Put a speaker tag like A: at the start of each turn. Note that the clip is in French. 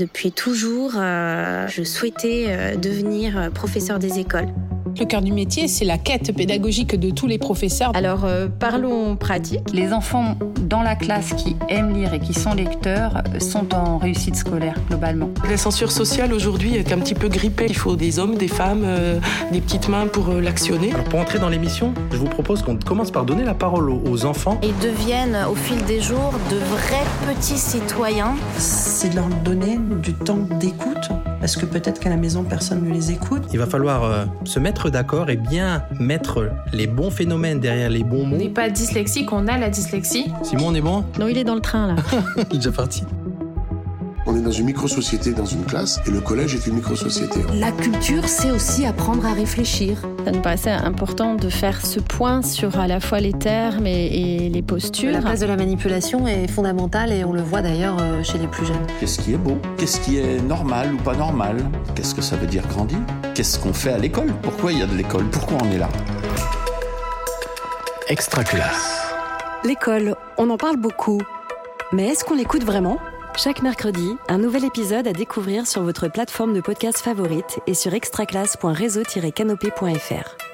A: Depuis toujours, euh, je souhaitais euh, devenir euh, professeur des écoles.
B: Le cœur du métier, c'est la quête pédagogique de tous les professeurs.
C: Alors euh, parlons pratique.
D: Les enfants dans la classe qui aiment lire et qui sont lecteurs sont en réussite scolaire globalement.
E: La censure sociale aujourd'hui est un petit peu grippée. Il faut des hommes, des femmes, euh, des petites mains pour euh, l'actionner.
F: Alors pour entrer dans l'émission, je vous propose qu'on commence par donner la parole aux, aux enfants.
G: Ils deviennent au fil des jours de vrais petits citoyens.
H: C'est de leur donner du temps d'écoute, parce que peut-être qu'à la maison, personne ne les écoute.
F: Il va falloir euh, se mettre d'accord et bien mettre les bons phénomènes derrière les bons
I: On
F: mots.
I: n'est pas dyslexique, on a la dyslexie.
F: Simon, on est bon
A: Non, il est dans le train là.
F: Il est déjà parti.
J: On est dans une micro-société, dans une classe, et le collège est une micro-société.
K: La culture, c'est aussi apprendre à réfléchir.
L: Ça nous paraissait important de faire ce point sur à la fois les termes et, et les postures.
M: La place de la manipulation est fondamentale et on le voit d'ailleurs euh, chez les plus jeunes.
N: Qu'est-ce qui est beau Qu'est-ce qui est normal ou pas normal Qu'est-ce que ça veut dire grandir Qu'est-ce qu'on fait à l'école Pourquoi il y a de l'école Pourquoi on est là
O: Extra classe.
P: L'école, on en parle beaucoup. Mais est-ce qu'on l'écoute vraiment
Q: Chaque mercredi, un nouvel épisode à découvrir sur votre plateforme de podcast favorite et sur extraclasse.réseau-canopé.fr.